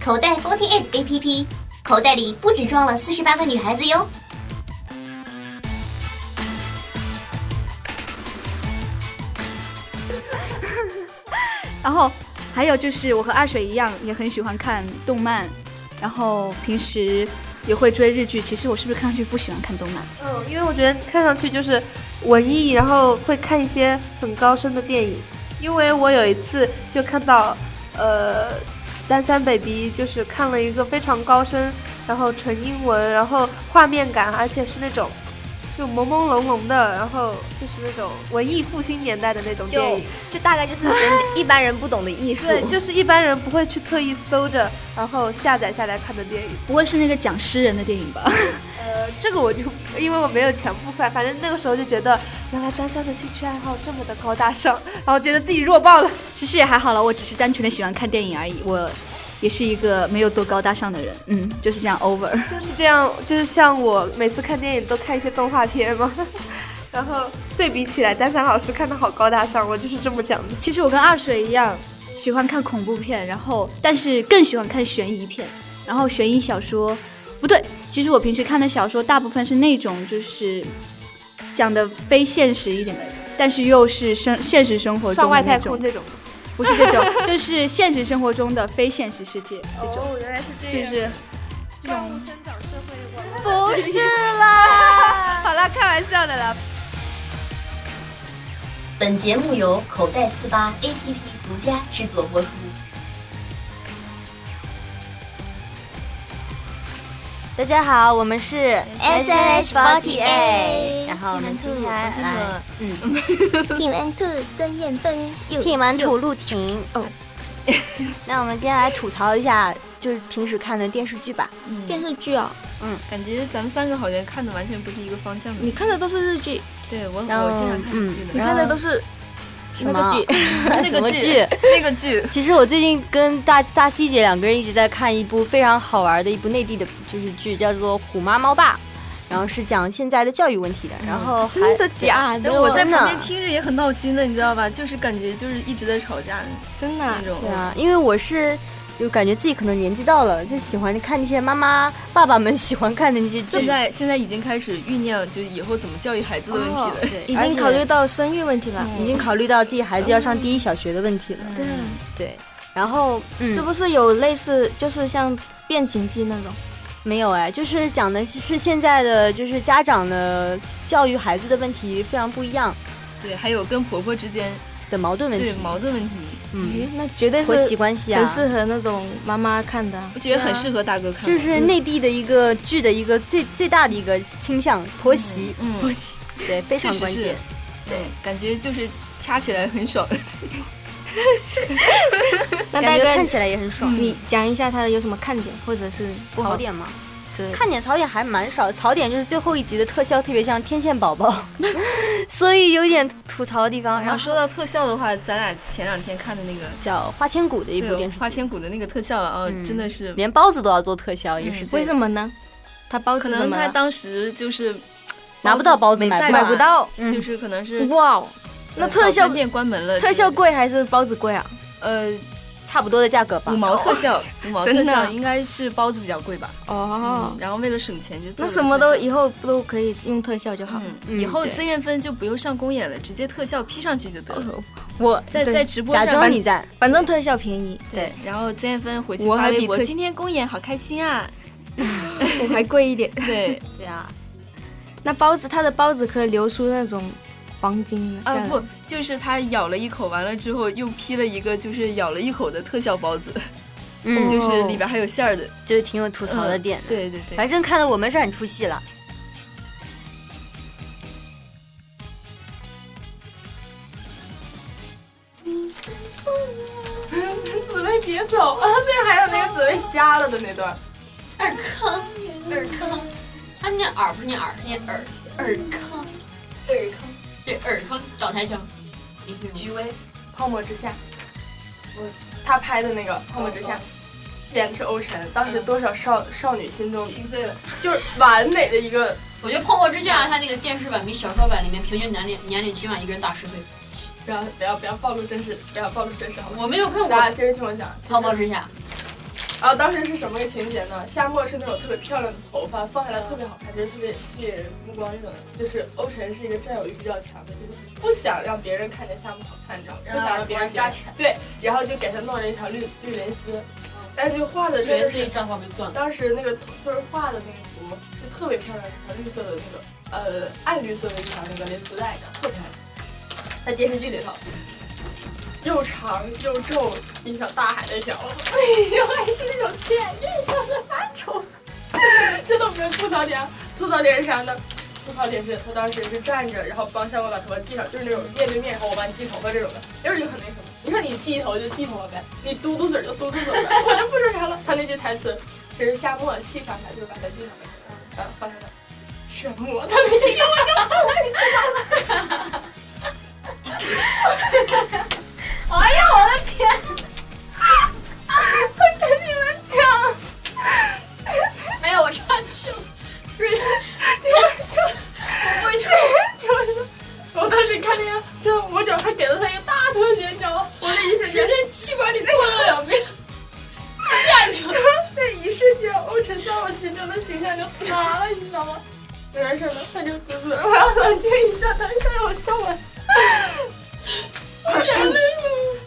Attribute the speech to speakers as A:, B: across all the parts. A: 口袋 Forty Eight A P P，口袋里不止装了四十八个女孩子哟。
B: 然后还有就是，我和阿水一样，也很喜欢看动漫，然后平时也会追日剧。其实我是不是看上去不喜欢看动漫？
C: 嗯，因为我觉得看上去就是文艺，然后会看一些很高深的电影。因为我有一次就看到，呃，单三 baby 就是看了一个非常高深，然后纯英文，然后画面感，而且是那种就朦朦胧胧的，然后就是那种文艺复兴年代的那种
D: 就
C: 电影。
D: 就大概就是 人一般人不懂的艺术。
C: 对，就是一般人不会去特意搜着，然后下载下来看的电影。
B: 不会是那个讲诗人的电影吧？
C: 呃，这个我就因为我没有全部看，反正那个时候就觉得，原来单三的兴趣爱好这么的高大上，然后觉得自己弱爆了。
B: 其实也还好了，我只是单纯的喜欢看电影而已。我也是一个没有多高大上的人，嗯，就是这样 over。
C: 就是这样，就是像我每次看电影都看一些动画片嘛， 然后对比起来，单三老师看的好高大上，我就是这么讲的。
B: 其实我跟二水一样，喜欢看恐怖片，然后但是更喜欢看悬疑片，然后悬疑小说。不对，其实我平时看的小说大部分是那种就是讲的非现实一点的，但是又是生现实生活中
C: 上
B: 的
C: 外
B: 那
C: 太
B: 种
C: 空，这种，
B: 不是这种，就是现实生活中的非现实世界这 种，，
E: 哦
C: 原来是
B: 就是这种
C: 生长社会
B: 不是啦。
C: 好啦，开玩笑的啦。
A: 本节目由口袋四八 A P P 独家制作播出。
F: 大家好，我们是
A: SNH48
F: 然后我们呃接下
C: 哎
F: 来
D: 听完兔曾艳芬又
F: 听完吐陆婷 哦，那我们接下来吐槽一下，就是平时看的电视剧吧。
D: 电视剧哦，
G: 感觉咱们三个好像看的完全不是一个方向的。
D: 你看的都是日剧，
G: 对 我，我经
F: 然后
G: 常看日剧的。
F: 嗯然后
D: 是
F: 什么
D: 剧，
F: 什么
G: 那个
F: 剧
G: 剧？， 那个剧，
F: 其实我最近跟大大 C 姐两个人一直在看一部非常好玩的一部内地的，就是剧，叫做《虎妈猫爸》，然后是讲现在的教育问题的。然后还
G: 嗯真的假
F: 对
G: 的？
F: 啊
G: 我在
F: 真的
G: 旁边听着也很闹心的，你知道吧？就是感觉就是一直在吵架
D: 真的
G: 那
D: 啊
G: 种
F: 对。啊，因为我是就感觉自己可能年纪到了，就喜欢看那些妈妈爸爸们喜欢看的那些剧。
G: 现在现在已经开始酝酿，就以后怎么教育孩子的问题
F: 哦
G: 了。
F: 对，
D: 已
F: 而
D: 经
F: 且
D: 考虑到生育问题了，
F: 已经考虑到自己孩子要上第一小学的问题了。
D: 对，
F: 对，然后嗯
D: 是不是有类似就是像变形记那种？
F: 没有哎，就是讲的是现在的就是家长的教育孩子的问题非常不一样
G: 对，还有跟婆婆之间
F: 的矛盾问
G: 对
F: 题，
G: 矛盾问题，
F: 嗯，
D: 咦，那绝对
F: 婆媳
D: 是
F: 关系啊
D: 很，适合那种妈妈看的啊。
G: 我觉得很适合大哥看。
F: 嗯就是
D: 嗯
F: 内地的一个剧的一个最最大的一个倾向，婆媳，
G: 嗯，
F: 对，非常
G: 确实
F: 关
G: 是
F: 键。
G: 对，感觉就是掐起来很爽。
F: 哎
D: 那大
F: 感觉看
D: 哥，
F: 起来也很爽。
D: 你讲一下它的有什么看点，或者是不
F: 槽
D: 好
F: 点吗？
D: 之类的？
F: 看点槽点还蛮少，槽点就是最后一集的特效特别像天线宝宝， 所以有一点吐槽的地
D: 啊
F: 方。
G: 然
F: 然后
G: 后说到特效的话，咱俩前两天看的那个
F: 叫《花千骨》的一部
G: 对
F: 电视剧，嗯
G: 花千骨的那个特效啊，真的是
F: 连包子都要做特效，也是
D: 嗯为
F: 最
D: 什么呢？它包
G: 可
D: 可
G: 能他当时就是
F: 拿不到包子买
G: 在
D: 哎买不到，
F: 嗯
G: 就是可能是
D: 哇哦，那
G: 呃
D: 特
G: 早
D: 效
G: 餐店关门了，
D: 特效贵还是包子贵啊？
G: 呃
F: 差不多的价格吧
G: 五。毛特效，五毛特
D: 真的
G: 效
D: 啊
G: 应该是包子比较贵吧，
D: 哦
G: 嗯，，然后为了省钱就做
D: 那
G: 了
D: 什么都
G: 特效
D: 以后不都可以用特效就好。
G: 嗯，
F: 嗯
G: 以后
F: 对
G: 曾艳芬就不用上公演了，直接特效 P 上去就得
D: 哦
G: 了，
F: 我
G: 在
D: 对
G: 在直播
F: 假
G: 上
F: 装你在，
D: 反正特效便宜，
G: 对，然后曾艳芬回去
F: 我
G: 发
F: 还
G: 微
F: 比
G: 博，
F: 特
G: 今天公演好开心啊，
D: 我还贵一点。
G: 对，
F: 对啊，
D: 那包子，它的包子可以流出那种黄金的下
G: 啊
D: 来。
G: 不，就是她咬了一口，完了之后又 P 了一个就是咬了一口的特效包子，
F: 嗯，
D: 哦
F: 就
G: 就是里边还有馅儿的，
F: 就是挺有吐槽的点
D: 嗯
F: 的。
G: 对对对。
F: 反正看得我们是很出戏了。
G: 紫薇别走啊！对，还有那个紫薇瞎了的那段，
H: 尔康，尔康，他念耳不是念耳，念尔，尔康，尔康，这尔康找台枪，你听
E: 菊薇，泡沫之夏，我他拍的那个泡沫之
C: 嗯
E: 夏，演的是欧辰，当时多少少少女心中
H: 心碎了。
E: 就是完美的一个，
H: 我觉得《泡沫之夏》它那个电视版比小说版里面平均年龄年龄起码一个人大十岁。
E: 不要不要不要暴露真实，不要暴露真实好吗？
H: 我没有看过
E: 大家
H: 《
E: 接着听我讲，其实
H: 泡沫之夏》，
E: 然后当时是什么个情节呢？夏沫是那种特别漂亮的头发，放下来特别好看，就是特别吸引人目光那种。就是欧辰是一个占有欲比较强的，就是不想让别人看见夏沫好看，你知道吗？不想让别人
H: 扎起来，
E: 对，然后就给她弄了一条绿绿蕾丝，但是就画的真
H: 这
E: 的
H: 一次
E: 是
H: 一张画被断了。
E: 当时那个头就是画的那个图是特别漂亮，的，绿色的那个呃暗绿色的一条那个蕾丝带的，特别漂亮。在电视剧里头，又长又皱，一条大海的条， 然后还是那种浅绿色的那种。 这都不是吐槽点，吐槽点是啥呢？吐槽点是他当时是站着，然后帮夏沫把头发系上，就是那种面对面，然后我帮你系头发这种的，就是很那什么。你说你系头就系头发呗，你嘟嘟嘴就嘟嘟嘴呗，我就不说啥了。他那句台词，这是夏沫戏法，他就是把它系上
H: 嗯
E: 了，啊，放下来。什么？他那是给啊我就放了，你知 道吗？哎呀，我的天！我跟你们讲。
H: 没有，我岔气了。
E: 我去，我当时看那个，真的，我脚还给了他一个大特写，你知道吗？我那一瞬间，
H: 这气管里过了两遍，下去了。
E: 那一瞬间，欧辰在我心中的形象就塌了，你知道吗？有点事呢，他就嘟嘟，我要冷静一下，他吓让我笑完，我眼泪了。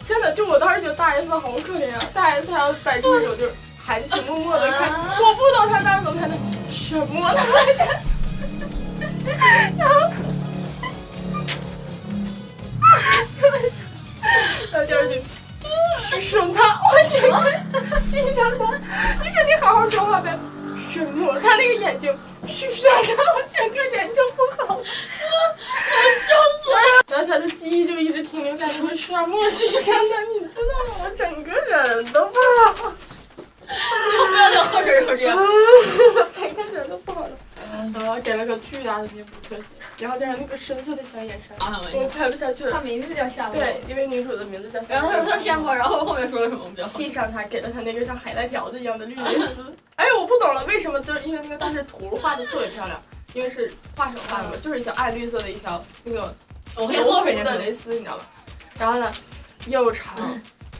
E: 真的，就我当时觉得大 S 好可怜啊，大 S 还要摆出一种就是含情脉脉的看，我不懂他当时怎么看的，什么他妈的，然后。然后第二句，什么他？我整个欣赏他，你说你好好说话呗。什么？他那个眼睛，欣赏他，我整个人就不好了，我笑死了。然后他的记忆就一直停留在那个沙漠是真的，你知道吗？我整个人都不好了，
H: 不要再喝水了，这样。
E: 我整个人都不 好了。然后给了个巨大的面部特写，然后加上那个深邃的小眼神，我拍不下去了。
G: 名字叫夏沫
E: 对，因为女主的名字叫小
H: 然后他说他
E: 夏
H: 见过，然后后面说了什么？我们不要喝。
E: 系上它，给了它那个像海带条子一样的绿蕾丝。 哎，我不懂了，为什么？就是因为那个当时图画的特别漂亮，因为是画手画的嘛，就是一条暗绿色的一条那个
H: 我可以
E: 柔
H: 喝
E: 和
H: 水
E: 的
H: 的。
E: 蕾丝，你知道吧？然后呢，又长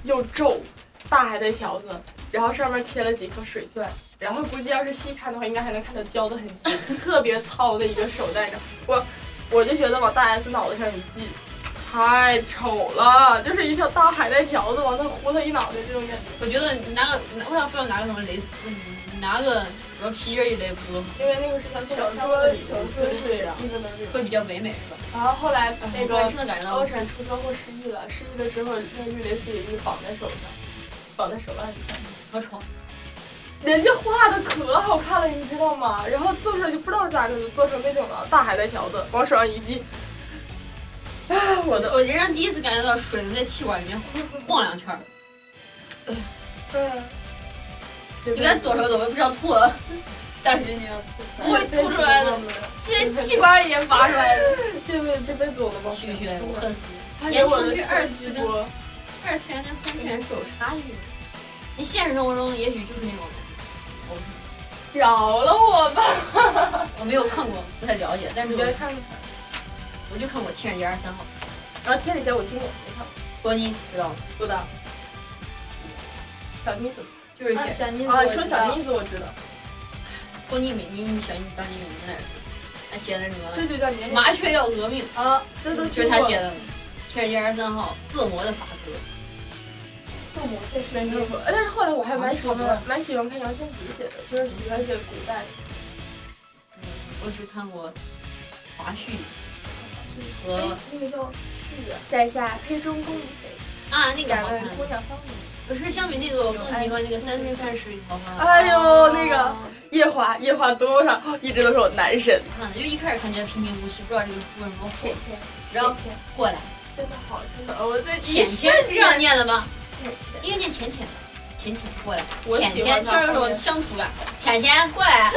E: 又皱，大海的条子，然后上面贴了几颗水钻，然后估计要是细看的话，应该还能看到胶的痕迹，特别糙的一个手戴着。我我就觉得往大 S 脑袋上一系，太丑了，就是一条大海带条子往那糊他一脑袋这种感觉。
H: 我觉得你拿个，为啥非要拿个什么蕾丝？你拿个什么皮筋一类不是
E: 因为那个是他小说小说是一个能力。
H: 会比较唯美是吧？
E: 然后后来那
H: 我
E: 个
G: 嗯
H: 听得感觉到
E: 欧。辰出车祸失忆了，失忆了之后，那绿蕾丝也一直绑在手上，绑在手腕上。
H: 我丑，
E: 人家画的可好看了，你知道吗？然后做出来就不知道咋整，就做成那种了，大海带条子往手上一系。啊，我的，
H: 我人生第一次感觉到水能在气管里面晃晃两圈儿，
E: 嗯，
H: 你该躲着躲着，不是要吐了，但是你要吐，会吐出来的，先气管里面拔出来的。
E: 这辈子这辈子我都忘不
H: 去
E: 了
H: 去，我 恨死你！
E: 他
H: 言
E: 给我
H: 承
E: 的
H: 旭
E: 冲
H: 二
E: 击
H: 次跟
E: 波
H: 二次元跟三次元是有差异的，你现实生活中也许就是那种人，
E: 饶了我吧，
H: 我没有看过，不太了解，但是
E: 你该
H: 我
E: 看看。
H: 我就看过《天人街二十三号
E: 然后天使姐我听过，没看，》，
H: 罗妮知道吗？
E: 不的。小妮子
H: 就是写
G: 小妮
E: 啊，说小妮子我知道，
H: 郭妮美妮小妮当年美名来着，她写的什么
E: 这就叫年龄
H: 麻雀要革命，
E: 啊，这都
H: 就是她写的《天人街二十三号》恶魔的法则。
E: 没听过。哎，但是后来我还蛮喜欢蛮喜欢看杨千嬅写的，就是喜欢写古代的。
H: 嗯，我只看过华胥和
E: 那个叫在下杯中共一杯，
H: 啊那个
E: 敢
H: 好
E: 问
H: 看，
E: 姑娘芳名？
H: 可是相比那个我更喜欢那个《三生三世十里桃花》。
E: 哎呦，那个夜华，夜华多少一直都是我男神。
H: 看的，就一开始看觉得平平无奇，不知道这个书为什么火
E: 浅，浅，
H: 然后
E: 浅浅，
H: 过来，
E: 真的好，真的，我最
H: 浅浅是这样念的吗？
E: 浅浅。
H: 应该念浅浅吧，浅浅过来，
E: 我
H: 浅
E: 喜
H: 浅
E: 欢
H: 就
E: 他
H: 是有种乡土感，浅浅过来，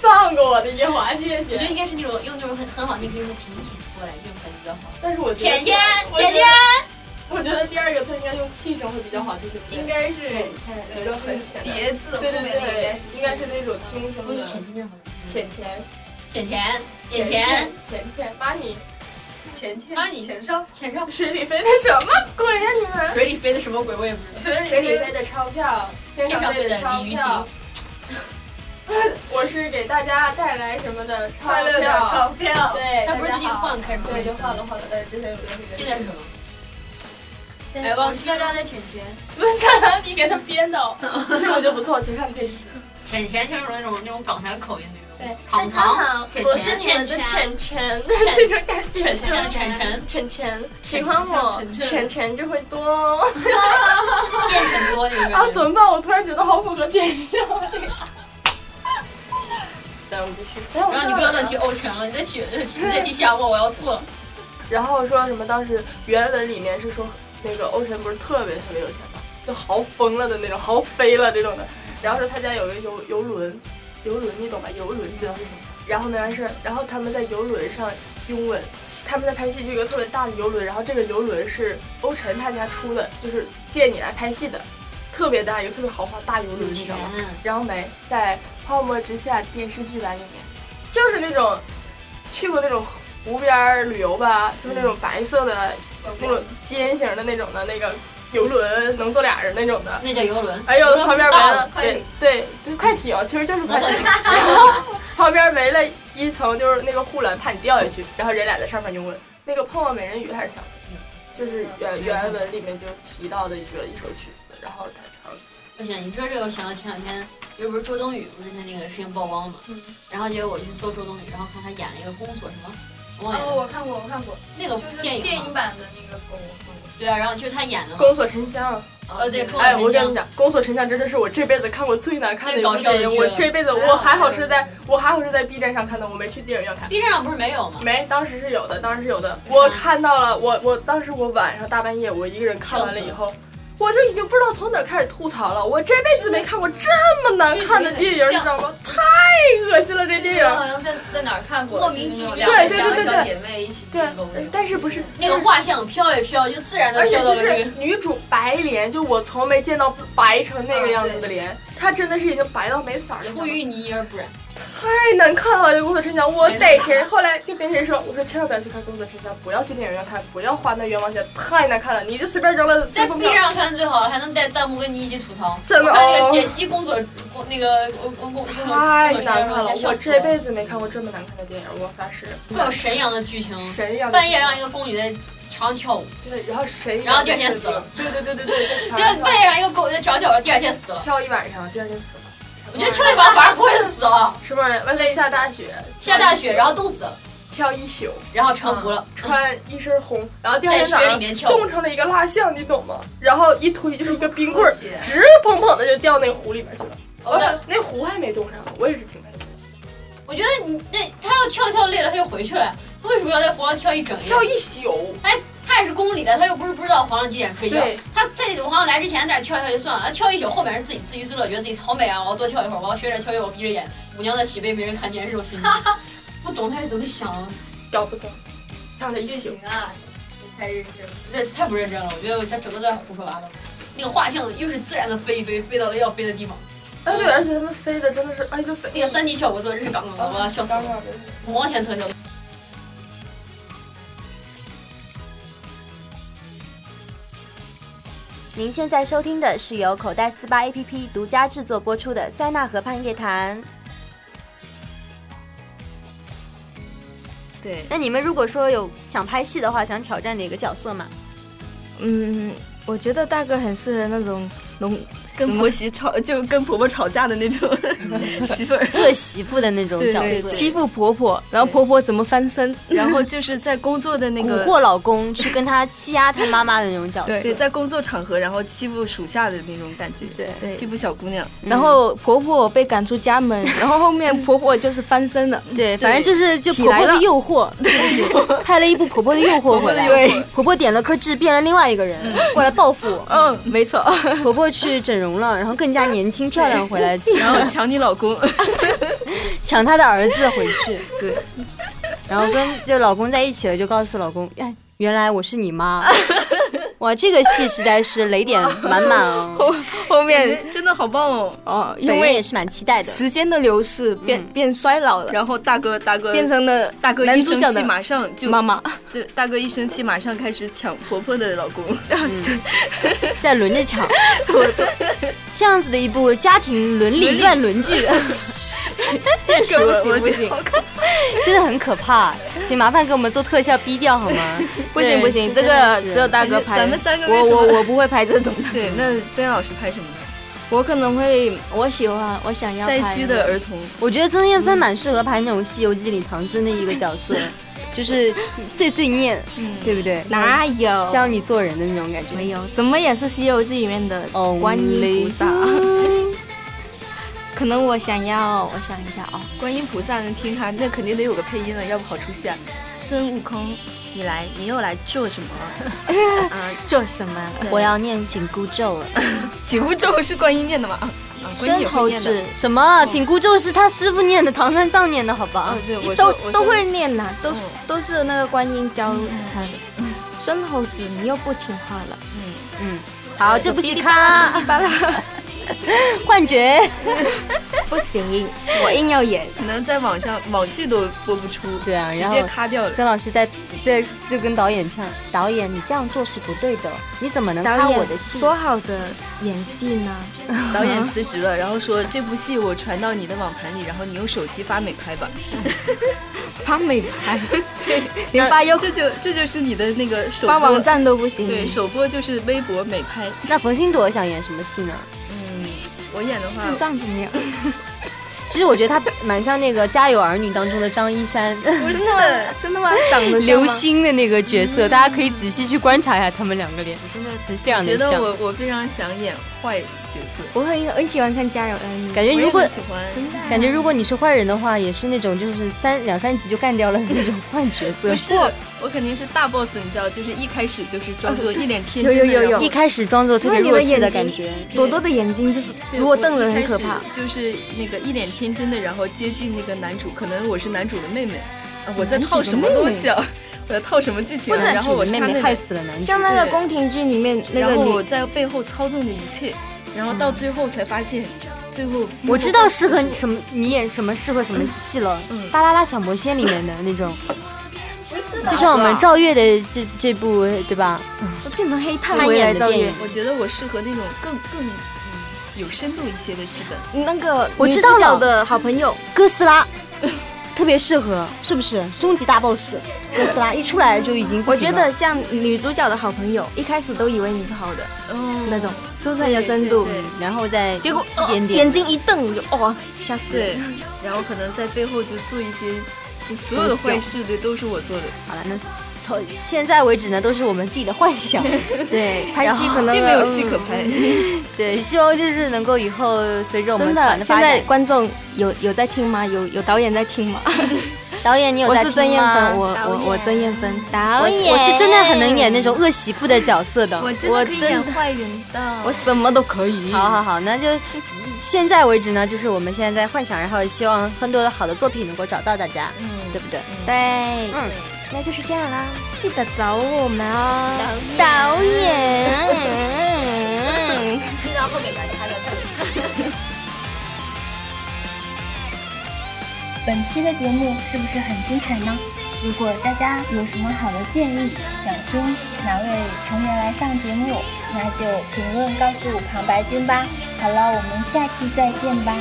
E: 放过我的夜华，谢
H: 我觉得
E: 谢。
H: 应该是那种用那种很很好听，可以说浅浅过来这种感觉比较好。
E: 但是我觉得
H: 浅浅，
E: 我觉
H: 浅
E: 得
H: 浅，
E: 我觉得第二个字应该用气声会比较好听，对不对？
G: 应该是
E: 浅浅，一个很浅的。
G: 叠字，
E: 对对
G: 后面那个应该
E: 对
G: 是，
E: 应该是那种轻
H: 我
E: 声
H: 觉
E: 的
H: 得浅浅念好，
E: 浅浅
H: 浅浅，浅
E: 浅
H: 浅，
E: 浅浅，把你
H: 前天
E: 蚂蚁
H: 前哨前哨
E: 水里飞的什么鬼呀、你们？
H: 水里飞的什么鬼我也不知道。
E: 水里飞的钞票，天
H: 上
E: 上
H: 飞
E: 飞
H: 的
E: 的
H: 鲤鱼
E: 鱼
H: 旗
E: 票。我是给大家带来什么的钞票？
G: 快乐的钞票，
E: 对，
H: 他不是
E: 大
H: 最近
E: 家好
H: 换开始
E: 对，就换了换了，但是之前有的是
H: 现在是什么？
E: 哎
H: 哎，
E: 忘
H: 忘
E: 记
H: 记大家的浅浅，
E: 不是你给他编 的哦，这种就不错，请看配音。
H: 浅浅听什么那种那种港台口音那种。
E: 对，
H: 糖糖，浅
E: 我是
H: 浅
E: 你们的晨晨， 这种感觉。
H: 浅浅浅浅，
E: 晨晨喜欢我，晨晨就会多哦。
H: 现成多那种
E: 啊，
H: 感
E: 怎
H: 觉。
E: 么办？我突然觉得好符合剪笑这 个。来，我们继续。
H: 然后你不要乱提。欧拳了，你再提你再提想我，我要吐了。
E: 然后说什么？当时原文里面是说那个欧辰不是特别特别有钱吗？就豪疯了的那种，豪飞了这种的。然后说他家有个游游轮，游轮你懂吧？游轮知道是什么？然后没完事儿，然后他们在游轮上拥吻，他们在拍戏就有一个特别大的游轮，然后这个游轮是欧辰他家出的，就是借你来拍戏的，特别大，一个特别豪华大游轮，你知道吗？
H: 嗯
E: 然后没在《泡沫之夏》电视剧版里面，就是那种去过那种湖边儿旅游吧，就是那种白色的、
H: 嗯
E: 那种尖形的那种的那个游轮，能坐俩人那种的。
H: 那叫游轮。
E: 哎呦，旁边围了，
H: 快
E: 对对，就是快艇，其实就是快艇
H: 快艇。
E: 然后旁边围了一层，就是那个护栏，怕你掉下去。然后人俩在上面拥吻，那个《碰碰美人鱼》还是啥的，就是原原文里面就提到的一个一首曲子，然后他唱的。
H: 不行，你说这个，我想到前两天，又不是周冬雨不是他那个事情曝光嘛，然后结果我去搜周冬雨，然后看她演了一个宫锁什么，我忘记
G: 哦，
H: 了
G: 我看过，我看过，
H: 那个
G: 就是
H: 电影
G: 电影
H: 嘛，
G: 版的那个狗，我看过
H: 对啊，然后就是她演的嘛，
E: 宫锁沉香，
H: 呃，对，中
E: 哎，我
H: 国
E: 跟
H: 沉香，
E: 你讲，《宫锁沉香》真的是我这辈子看过最难看的一
H: 最
E: 部
H: 搞笑的
E: 电影。
H: 剧
E: 我
H: 了
E: 这辈子
G: 哎呀
E: 我还好是
G: 对
E: 在，我还好是在 B 站上看的，我没去电影院看。
H: B 站上不是没有吗？
E: 没，当时是有的，当时是有的。
H: 为啥
E: 我看到了，我我当时我晚上大半夜我一个人看完了以后，我就已经不知道从哪儿开始吐槽了。我这辈子没看过这么难看的电影，你知道吗？太恶心了，这电
G: 我
E: 影。
G: 好像在在哪儿看过，
H: 莫名其妙
E: 对
G: 对
E: 对
G: 对对
E: 对对
G: 对，姐妹一起
E: 对
G: 进攻那，种
E: 但是不是
H: 那个画像飘也飘，就自然的
E: 而且
H: 飘到
E: 就
H: 了那
E: 是
H: 个。
E: 女主白脸，就我从没见到白成那个样子的脸，她真的是已经白到没色儿
H: 啊
E: 了。
H: 出淤泥而不染，
E: 太难看了，这《宫锁沉香》，我逮谁？后来就跟谁说，我说千万不要去看《宫锁沉香》，不要去电影院看，不要花那冤枉钱，太难看了，你就随便扔了，随
H: 在
E: 风
H: B
E: 票。
H: 站上看最好了，还能带弹幕跟你一起吐槽。
E: 真的
H: 我看那个
E: 哦
H: 解，析工作工那个工工工工作
E: 太难看了，
H: 工作室的
E: 我这
H: 时候
E: 辈子没看过这么难看的电影，我发誓，
H: 会有神一样的剧情，
E: 神一样的。
H: 半夜让一个宫女在墙上跳舞，
E: 对，然后神一
H: 然
E: 样
H: 后
E: 的
H: 第二天
E: 设
H: 死了
E: 定。对对对对对，在
H: 对
E: 墙，上
H: 半夜让一个宫女在墙上跳舞，第二天死了。
E: 跳一晚上，第二天死了。
H: 我觉得跳一把反而不会死了，
E: 是不是？外头下大雪，
H: 下大雪然后冻死了，
E: 跳一宿，
H: 然后成湖了，
E: 穿一身红，然后第二
H: 在
E: 天早
H: 雪里
E: 上
H: 面跳舞
E: 冻。成了一个蜡像，你懂吗？然后一推就是一个 冰棍儿
G: 科学，
E: 直砰砰的就掉那个湖里边去了。
H: 我的，
E: 那湖还没冻上，我也是挺佩服的。
H: 我觉得你那他要跳跳累了他就回去了，他为什么要在湖上跳一整夜？
E: 跳一宿，
H: 哎他也是宫里的，他又不是不知道皇上几点睡觉
E: 对。
H: 他在皇上来之前在那跳一跳就算了，他跳一宿，后面是自己自娱自乐，觉得自己好美啊，我要多跳一会儿，我要学着跳一会儿，我闭着眼，舞娘的喜悲没人看见这种 心情。不懂他是怎么想的，
E: 搞不懂，跳了一
G: 剧
E: 宿
G: 情。啊，太认真了。
H: 这太不认真了。我觉得他整个都在胡说八道。那个画像又是自然的飞一飞，飞到了要飞的地方。
E: 哎，对，而且他们飞的真的是，哎，就飞
H: 那个三 D 效果做的真是杠杠的，我要笑死
E: 刚
H: 了。
E: 刚的
H: 毛钱特效，
F: 您现在收听的是由口袋四八 APP 独家制作播出的《塞纳河畔夜谈》。
D: 对，
F: 那你们如果说有想拍戏的话，想挑战哪个角色吗？
D: 嗯，我觉得大哥很适合那种农
G: 跟婆媳吵，就跟婆婆吵架的那种 媳妇 儿，
F: 恶媳妇的那种角
D: 对
F: 色，
D: 欺负婆婆，然后婆婆怎么翻身，
H: 嗯
G: 然后就是在工作的那
F: 蛊
G: 个
F: 惑老公去跟他欺压他妈妈的那种角色。
G: 对，在工作场合，然后欺负属下的那种感觉，对
D: 对
G: 欺负小姑娘，
D: 然后婆婆被赶出 家门，然后后面婆婆就是翻身了。
H: 嗯
F: 对，反正就是就
D: 起
F: 婆
D: 来
F: 婆的
D: 了
F: 诱惑，拍了一部《婆婆的诱惑》回来，
D: 对，
F: 婆婆点了颗痣，变了另外一个人过来报复我。
D: 嗯，没错，
F: 婆婆去整容了，然后更加年轻漂亮回 来，
G: 然后抢你老 公，
F: 抢她的儿子回 去，
G: 对，
F: 然后跟就老公在一起了，就告诉老公，哎，原来我是你妈。哇，这个戏实在是雷点满满 哦，
D: 后面
G: 哎真的好棒哦！
D: 哦，因
F: 本人
D: 为
F: 也是蛮期待的。
D: 时间的流逝变、变衰老了，
G: 然后大哥，大哥
D: 变成了
G: 大哥
D: 男
G: 一
D: 主
G: 生
D: 角
G: 气，
D: 的
G: 马上就
D: 妈妈。
G: 对，大哥一生气，马上开始抢婆婆的老公。嗯
F: 再轮着 抢。这样子的一部家庭伦理乱伦剧，
D: 这个不行不行
F: 真的很可怕。请麻烦给我们做特效逼掉好 吗？
D: 不行不行，这
F: 真的
D: 个
F: 是
D: 只有大哥
G: 感觉
D: 拍。
G: 咱们三个为
D: 我
G: 什么
D: 我我不会拍这种的，
G: 对，那曾老师拍什么呢？
D: 我可能会我喜欢我想要
G: 灾
D: 拍
G: 区
D: 那
G: 的
D: 个
G: 儿童，
F: 我觉得曾艳芬蛮适合拍那种《西游记》里唐僧的一个角色，就是碎碎念，对不对？
D: 哪有
F: 教你做人的那种感觉。
D: 没有，怎么也是《西游记》里面的观音菩萨。 可能我想要，我想一下哦，
G: 观音菩萨能听他，那肯定得有个配音了，要不好出戏啊。孙悟空，你来，你又来做什么？
D: 做什么？
F: 我要念紧箍咒
G: 啊
F: 了。
G: 紧箍咒是观音念的吗？啊，啊观音
D: 伸
G: 也会
D: 头
G: 念的。哦
D: 指
F: 什么？紧箍咒是他师傅念的，唐三藏念的，好吧
G: 啊？，对，我
D: 都
G: 说我
D: 都
G: 说
D: 会念呐，都是都是那个观音教他的。孙猴子，你又不听话了。
F: 好，这不是他。 幻 觉，
D: 不行，我硬要演。
G: 可能在网上网剧都播不出，
F: 对啊
G: 直
F: 然
G: 接
F: 后
G: 咔掉了。
F: 曾老师在在就跟导演唱，导演你这样做是不对的，哦你怎么能拍我的戏？
D: 说好的演戏呢？
G: 导演辞职了，然后说这部戏我传到你的网盘里，然后你用手机发美拍吧。
D: 发美拍，你发
G: 那
D: 优
G: 这就这就是你的那个首播
D: 发网。站都不行。
G: 对，首播就是微博美拍。
F: 那冯鑫朵想演什么戏呢？
G: 嗯，我演的话，
D: 智障怎么样？
F: 其实我觉得她蛮像那个《家有儿女》当中的张一山、
G: 不是
D: 真的吗？长得 像
F: 刘
D: 吗？
F: 星的那个角
G: 嗯
F: 色，大家可以仔细去观察一下他们两个脸，真的非常
G: 觉
F: 的
G: 得
F: 像。
G: 我我非常想演坏角色。
D: 我很很喜欢看《嗯家有儿女》，
F: 感觉
G: 我也
F: 哎如果
G: 很喜欢，
F: 感觉如果你是坏人的话，也是那种就是三两三集就干掉了的那种坏角色。
G: 不是我肯定是大 boss，你知道，就是一开始就是装作一脸天
D: 有
G: 真的，
D: 有有
G: 然后
F: 一开始装作特别
D: 因
F: 弱
D: 为你的
F: 气的
D: 眼睛
F: 感觉，
D: 朵朵的眼睛就是，
G: 对
D: 如果瞪人
G: 我一
D: 很
G: 开
D: 可
G: 始
D: 怕。
G: 就是那个一脸天真的，然后接近那个男主，可能我是男主的妹妹，啊我在套什么东西啊？我在套什么剧情啊？然后我是
F: 妹
G: 他
F: 妹
G: 妹
F: 害死了男主，
D: 像那个
G: 对
D: 宫廷剧里面那
G: 然
D: 个
G: 后我
D: 女，嗯
G: 在背后操纵着一切，然后到最后才发现，最后
F: 我知道适合你什么，你演什么适合什么戏了，
G: 嗯
F: 巴啦啦小魔仙》里面的那种，就像我们赵月的这这部对吧？
D: 我变成黑炭
F: 她
D: 回来
F: 演的
D: 照
F: 电
D: 月
F: 影。，
G: 我觉得我适合那种更更嗯有深度一些的剧本。
D: 那个
F: 我
D: 女
F: 知
D: 主
F: 道
D: 角
F: 了
D: 的好朋友，
F: 哥斯拉。 特别适合，是不是？终极大 boss 哥斯拉一出来就已经不
D: 我
F: 行
D: 觉
F: 了
D: 得像女主角的好朋友，一开始都以为你是好的
G: 嗯
D: 那种，是不是很有深度？
G: 对对
F: 然后再
D: 结果
F: 一点
D: 哦
F: 点
D: 眼睛一瞪就哇，吓死
G: 对
D: 人！，
G: 然后可能在背后就做一些，就所有的坏事对都是我做的，
F: 好了，那从现在为止呢，都是我们自己的幻 想。
D: 对，拍戏可能
G: 并没有戏可
D: 嗯
G: 拍。
F: 对，希望就是能够以后随着我们
D: 真
F: 团
D: 的，
F: 的
D: 现
F: 发
D: 在
F: 展，
D: 观众有有在听吗？有有导演在听吗？
F: 导演你有
D: 我
F: 在
D: 是
F: 听
D: 曾艳
F: 吗
D: 芬，我我我曾艳芬导
F: 我是
D: 演，
F: 我是真的很能演那种恶媳妇的角色的。
G: 真
D: 我真的
G: 坏人的
D: 我什么都可以。
F: 好好好，那就现在为止呢，就是我们现在在幻想，然后希望更多的好的作品能够找到大家，
G: 嗯
F: 对不对？
D: 对，
F: 嗯，那就是这样啦。
D: 记得找我们哦，导演。
I: 本期的节目是不是很精彩呢？如果大家有什么好的建议，想听哪位成员来上节目，那就评论告诉旁白君吧。好了，我们下期再见吧，